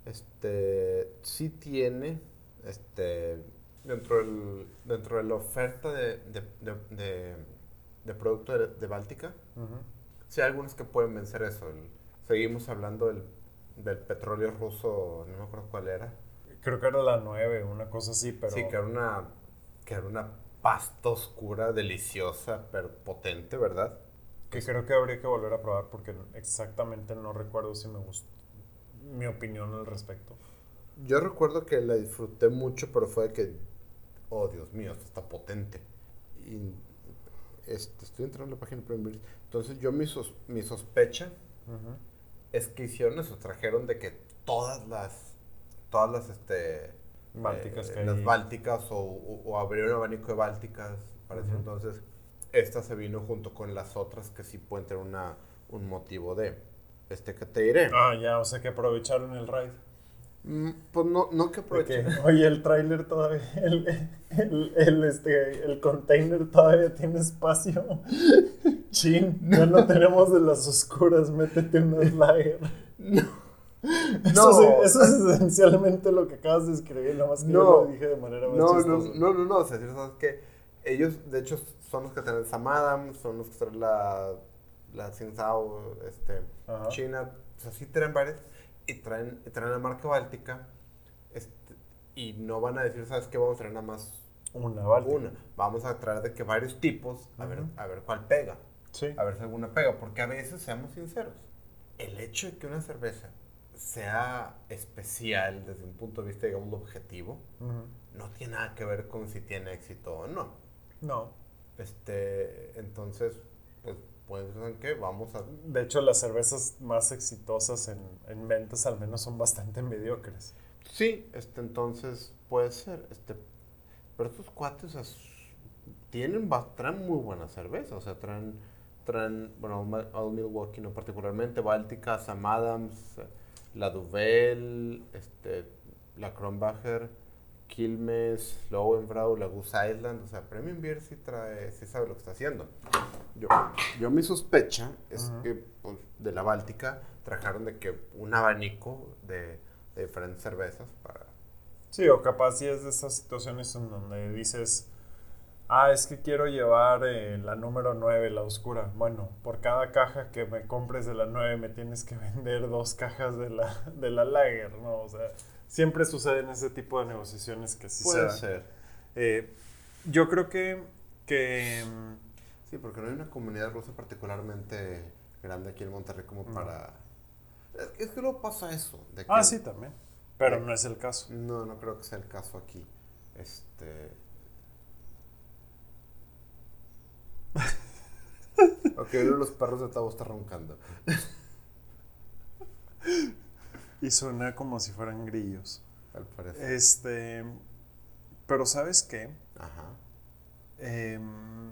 Speaker 2: este sí tiene este dentro del, dentro de la oferta de, de, de, de, de producto de, de Báltica sí hay algunos que pueden vencer eso El- seguimos hablando del, del petróleo ruso no me acuerdo cuál era
Speaker 1: Creo que era la 9, una cosa así, pero...
Speaker 2: sí que era una que era una pasta oscura deliciosa pero potente verdad
Speaker 1: Que creo que habría que volver a probar porque exactamente no recuerdo si me gustó mi opinión al respecto.
Speaker 2: Yo recuerdo que la disfruté mucho, pero fue de que, oh Dios mío, esto está potente. Y este, estoy entrando a la página de Prime Video. Entonces yo mi, sos- mi sospecha es que hicieron eso, trajeron de que todas las, todas las, este,
Speaker 1: Bálticas
Speaker 2: eh,
Speaker 1: que
Speaker 2: las
Speaker 1: hay.
Speaker 2: bálticas o, o- o abrieron un abanico de bálticas para ese
Speaker 1: Ujú.
Speaker 2: entonces. Esta se vino junto con las otras que sí pueden tener una, un motivo de, este, que te diré.
Speaker 1: Ah, ya, o sea que aprovecharon el ride.
Speaker 2: Mm, Pues no, no que
Speaker 1: De
Speaker 2: aproveché.
Speaker 1: que, [laughs] oye, el tráiler todavía, el, el, el, este, el container todavía tiene espacio.
Speaker 2: [laughs]
Speaker 1: Chin, ya no tenemos de las oscuras, métete unas lager. Eso, sí-
Speaker 2: No.
Speaker 1: eso es esencialmente lo que acabas de escribir, nada más que yo
Speaker 2: No.
Speaker 1: lo dije de manera más
Speaker 2: No, no,
Speaker 1: chistosa.
Speaker 2: no, no, no, o sea, ¿sabes qué? Ellos, de hecho, son los que traen Sam Adams, son los que traen la, la Tsingtao, este,
Speaker 1: Ajá.
Speaker 2: China, o sea, sí traen varias, y traen, y traen la marca báltica, este, y no van a decir, ¿sabes qué? Vamos a traer nada más
Speaker 1: Una, vale.
Speaker 2: una, vamos a traer de que varios tipos, a, ver,
Speaker 1: Ujú.
Speaker 2: a ver cuál pega,
Speaker 1: Sí.
Speaker 2: a ver si alguna pega, porque a veces, seamos sinceros, el hecho de que una cerveza sea especial desde un punto de vista, digamos, objetivo,
Speaker 1: Ujú.
Speaker 2: no tiene nada que ver con si tiene éxito o no.
Speaker 1: No.
Speaker 2: Este, entonces, pues, pues ¿saben qué? Vamos a...
Speaker 1: De hecho, las cervezas más exitosas en, en ventas al menos son bastante [laughs] mediocres.
Speaker 2: Sí, este, entonces puede ser, este, pero estos cuates o sea, tienen, ba- traen muy buena cerveza, o sea, traen, traen, bueno, Old Ma- Old Milwaukee no particularmente, Báltica, Sam Adams, la Duvel, este, la Kronbacher, Quilmes, Lowenbrau, la Goose Island, o sea, Premium Beer sí trae, sí sabe lo que está haciendo. Yo, yo mi sospecha es
Speaker 1: Ajá.
Speaker 2: que pues, de la Báltica trajeron de que un abanico de, de diferentes cervezas para,
Speaker 1: Sí, o capaz si es de esas situaciones en donde dices, ah, es que quiero llevar eh, la número 9, la oscura. Bueno, por cada caja que me compres de la 9 me tienes que [laughs] vender dos cajas de la, de la lager, ¿no? O sea, siempre suceden ese tipo de negociaciones que sí se
Speaker 2: Puede
Speaker 1: dan.
Speaker 2: ser.
Speaker 1: Eh, yo creo que, que mm,
Speaker 2: Sí, porque no hay una comunidad rusa particularmente grande aquí en Monterrey como para... Es que, es que luego pasa eso. De que
Speaker 1: Ah, sí, también. Eh, Pero no es el caso.
Speaker 2: No, no creo que sea el caso aquí.
Speaker 1: [laughs]
Speaker 2: Este... ok, uno de los perros de Tabo está roncando.
Speaker 1: Y suena como si fueran grillos.
Speaker 2: Al parecer.
Speaker 1: Este. Pero ¿sabes qué?
Speaker 2: Ajá.
Speaker 1: Em,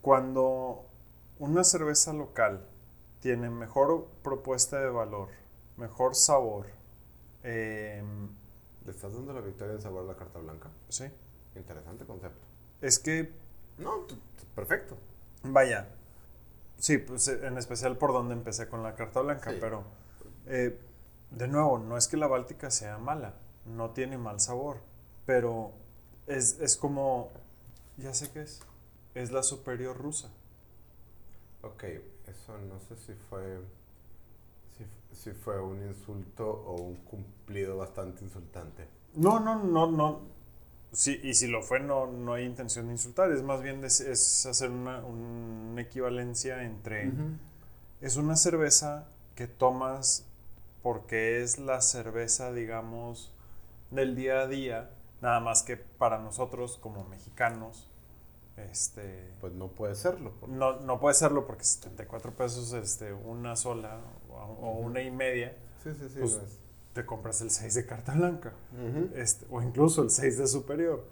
Speaker 1: cuando una cerveza local tiene mejor propuesta de valor, mejor sabor, em,
Speaker 2: ¿Le estás dando la victoria en sabor a la carta blanca?
Speaker 1: sí,
Speaker 2: Interesante concepto.
Speaker 1: es que,
Speaker 2: No, t- t- perfecto.
Speaker 1: vaya, sí, pues eh, en especial por donde empecé con la carta blanca,
Speaker 2: Sí.
Speaker 1: pero eh, de nuevo, no es que la Báltica sea mala, no tiene mal sabor, pero es, es como, ya sé qué es, es la superior rusa.
Speaker 2: Ok, eso no sé si fue si, f- si fue un insulto o un cumplido bastante insultante.
Speaker 1: No, no, no, no. Sí, y si lo fue, no, no hay intención de insultar. Es más bien des- es hacer una, una equivalencia entre... Es una cerveza que tomas porque es la cerveza, digamos, del día a día. Nada más que para nosotros como mexicanos, este...
Speaker 2: Pues no puede serlo. porque-
Speaker 1: No, no puede serlo porque 74 pesos, este, una sola o, o
Speaker 2: Ujú.
Speaker 1: una y media,
Speaker 2: Sí, sí, sí.
Speaker 1: Pues-
Speaker 2: no es-
Speaker 1: te compras el 6 de carta blanca
Speaker 2: Ujú.
Speaker 1: este, o incluso el 6 de superior.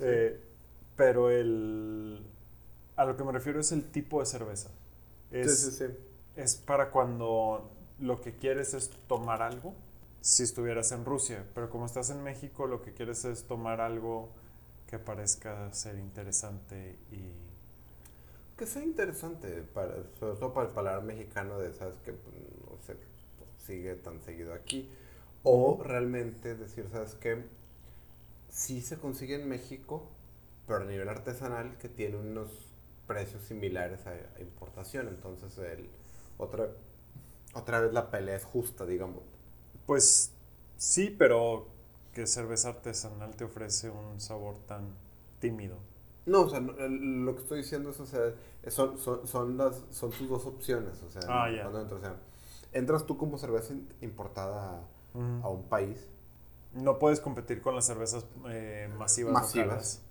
Speaker 1: Eh, pero el, a lo que me refiero es el tipo de cerveza. Es,
Speaker 2: sí, sí, sí.
Speaker 1: es para cuando lo que quieres es tomar algo, si estuvieras en Rusia, pero como estás en México, lo que quieres es tomar algo que parezca ser interesante y
Speaker 2: Que sea interesante, para, sobre todo para el paladar mexicano de, sabes que Pues, no se sigue tan seguido aquí. O realmente decir, sabes que sí se consigue en México, pero a nivel artesanal que tiene unos precios similares a, a importación. Entonces, el, otra, otra vez la pelea es justa, digamos.
Speaker 1: Pues sí, pero que cerveza artesanal te ofrece un sabor tan tímido.
Speaker 2: No, o sea, no, el- lo que estoy diciendo es, o sea, son, son, son las, son tus dos opciones, o sea,
Speaker 1: Ah, ya.
Speaker 2: cuando entras, o sea, entras tú como cerveza in- importada
Speaker 1: Mm.
Speaker 2: a un país,
Speaker 1: No puedes competir con las cervezas eh, masivas.
Speaker 2: Masivas.
Speaker 1: locales.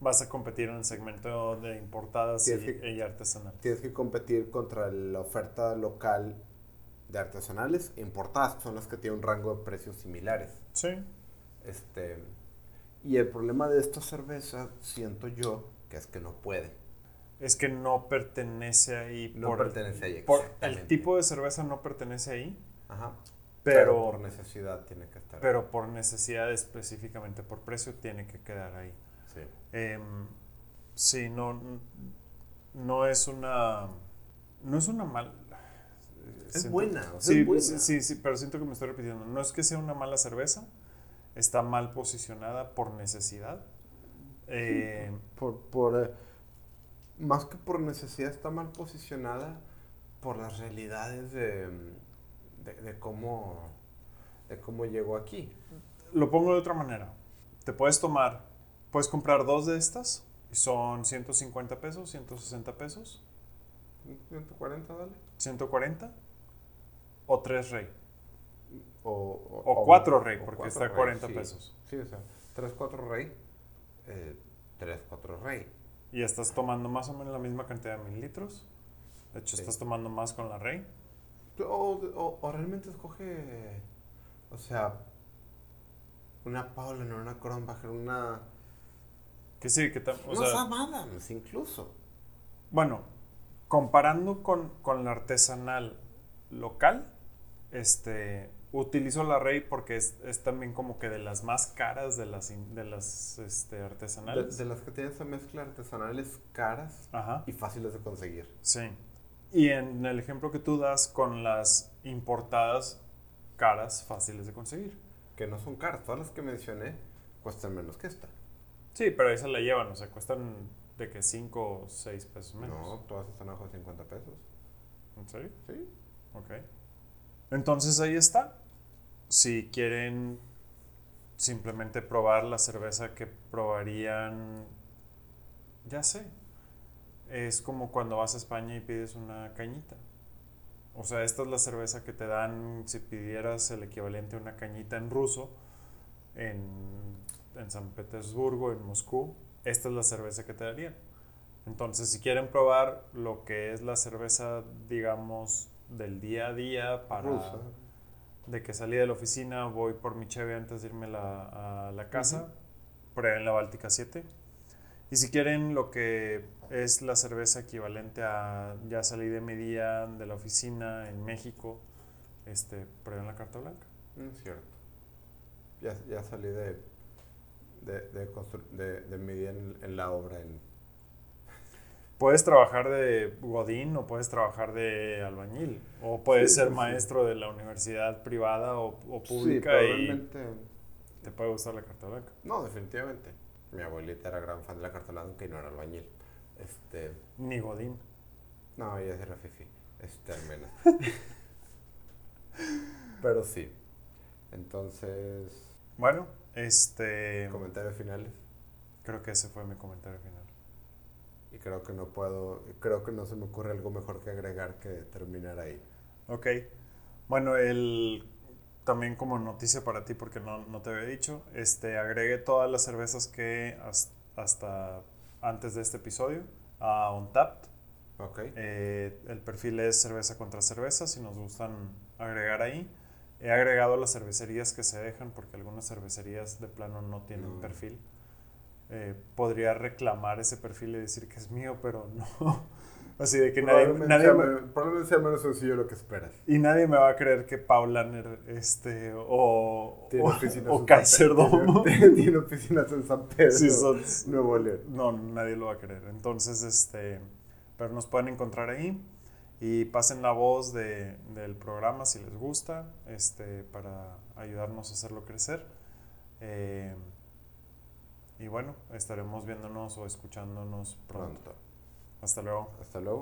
Speaker 1: Vas a competir en el segmento de importadas y,
Speaker 2: Tienes que-
Speaker 1: y artesanal.
Speaker 2: tienes que competir contra la oferta local de artesanales importadas, que son las que tienen un rango de precios similares.
Speaker 1: Sí.
Speaker 2: Este, y el problema de esta cerveza, siento yo, que es que no puede.
Speaker 1: Es que no pertenece ahí.
Speaker 2: No
Speaker 1: por el-
Speaker 2: pertenece ahí,
Speaker 1: por- el
Speaker 2: exactamente.
Speaker 1: tipo de cerveza no pertenece ahí,
Speaker 2: Ajá.
Speaker 1: pero,
Speaker 2: por necesidad tiene que estar.
Speaker 1: pero por necesidad específicamente, por precio, tiene que quedar ahí.
Speaker 2: Sí.
Speaker 1: Em, sí, no, no es una, no es una mala.
Speaker 2: Es buena, o sea,
Speaker 1: Sí,
Speaker 2: es buena.
Speaker 1: sí, sí, sí, pero siento que me estoy repitiendo. No es que sea una mala cerveza, está mal posicionada por necesidad. Eh,
Speaker 2: por, por eh, más que por necesidad está mal posicionada por las realidades de, de, de cómo de cómo llegó aquí
Speaker 1: Lo pongo de otra manera. Te puedes tomar, puedes comprar dos de estas y son 150 pesos, 160 pesos,
Speaker 2: 140 dale
Speaker 1: 140 o tres rey
Speaker 2: o, o,
Speaker 1: o cuatro rey
Speaker 2: o
Speaker 1: porque
Speaker 2: cuatro
Speaker 1: está
Speaker 2: rey,
Speaker 1: 40
Speaker 2: sí.
Speaker 1: pesos.
Speaker 2: sí o sea 3 4 rey eh, 3 4 rey
Speaker 1: Y estás tomando más o menos la misma cantidad de mililitros. De hecho,
Speaker 2: Sí.
Speaker 1: estás tomando más con la Rey.
Speaker 2: o, o, o realmente escoge o sea una Paula no una Kronbacher una
Speaker 1: Que sí, que tam- o
Speaker 2: una
Speaker 1: sea,
Speaker 2: Sam Adams incluso
Speaker 1: Bueno, comparando con, con la artesanal local, este, utilizo la Rey porque es, es también como que de las más caras de las, in- de las este,
Speaker 2: de,
Speaker 1: artesanales.
Speaker 2: de las que tienen esa mezcla artesanales caras
Speaker 1: Ajá,
Speaker 2: y fáciles de conseguir.
Speaker 1: sí. Y en el ejemplo que tú das con las importadas caras fáciles de conseguir.
Speaker 2: Que no son caras. Todas las que mencioné cuestan menos que esta.
Speaker 1: Sí, pero ahí se la llevan, o sea, cuestan de que 5 o 6 pesos menos.
Speaker 2: No, todas están abajo de 50 pesos.
Speaker 1: ¿En serio?
Speaker 2: Sí.
Speaker 1: Ok. Entonces ahí está. Si quieren simplemente probar la cerveza que probarían, ya sé. Es como cuando vas a España y pides una cañita. O sea, esta es la cerveza que te dan si pidieras el equivalente a una cañita en ruso, en, en San Petersburgo, en Moscú. Esta es la cerveza que te darían. Entonces, si quieren probar lo que es la cerveza, digamos, del día a día para
Speaker 2: Rusa.
Speaker 1: de que salí de la oficina, voy por mi cheve antes de irme la- a la casa, prueben la Báltica 7. Y si quieren lo que es la cerveza equivalente a ya salí de mi día de la oficina en México, este, prueben la carta blanca.
Speaker 2: Mm, cierto. Ya, ya salí de, de, de, constru- de, de mi día en, en la obra en
Speaker 1: Puedes trabajar de godín o puedes trabajar de albañil o puedes
Speaker 2: Sí,
Speaker 1: ser
Speaker 2: sí, sí.
Speaker 1: maestro de la universidad privada o, o
Speaker 2: Sí,
Speaker 1: pública y
Speaker 2: probablemente.
Speaker 1: te puede gustar la carta blanca.
Speaker 2: No, definitivamente. Mi abuelita era gran fan de la carta blanca aunque no era albañil. Este,
Speaker 1: Ni godín.
Speaker 2: no, ella era fifi. Este, al
Speaker 1: [laughs]
Speaker 2: menos. Pero sí. Entonces,
Speaker 1: Bueno, este...
Speaker 2: comentarios finales.
Speaker 1: Creo que ese fue mi comentario final.
Speaker 2: Y creo que no puedo, creo que no se me ocurre algo mejor que agregar que terminar ahí.
Speaker 1: Ok. Bueno, el también como noticia para ti, porque no, no te había dicho, este, agregué todas las cervezas que has- hasta antes de este episodio a Untapped.
Speaker 2: ¿Ok?
Speaker 1: Eh, el perfil es cerveza contra cerveza, si nos gustan agregar ahí. He agregado las cervecerías que se dejan, porque algunas cervecerías de plano no tienen
Speaker 2: No.
Speaker 1: perfil. Eh, podría reclamar ese perfil y decir que es mío, pero [laughs] no. Así de que nadie,
Speaker 2: probablemente,
Speaker 1: nadie
Speaker 2: sea,
Speaker 1: me-
Speaker 2: men- probablemente sea menos sencillo de lo que esperas.
Speaker 1: Y nadie me va a creer que Paulaner este, o,
Speaker 2: Tiene oficinas
Speaker 1: o, o
Speaker 2: en San
Speaker 1: Kaiserdomo.
Speaker 2: Pedro. [laughs] Tiene, tiene oficinas en San
Speaker 1: [laughs]
Speaker 2: Pedro. [laughs]
Speaker 1: Sí, son-
Speaker 2: Nuevo León.
Speaker 1: no, nadie lo va a creer. Entonces, este, pero nos pueden encontrar ahí y pasen la voz de- del programa si les gusta, este, para ayudarnos a hacerlo crecer. Eh, y bueno, estaremos viéndonos o escuchándonos pronto.
Speaker 2: Pronto.
Speaker 1: Hasta luego.
Speaker 2: Hasta luego.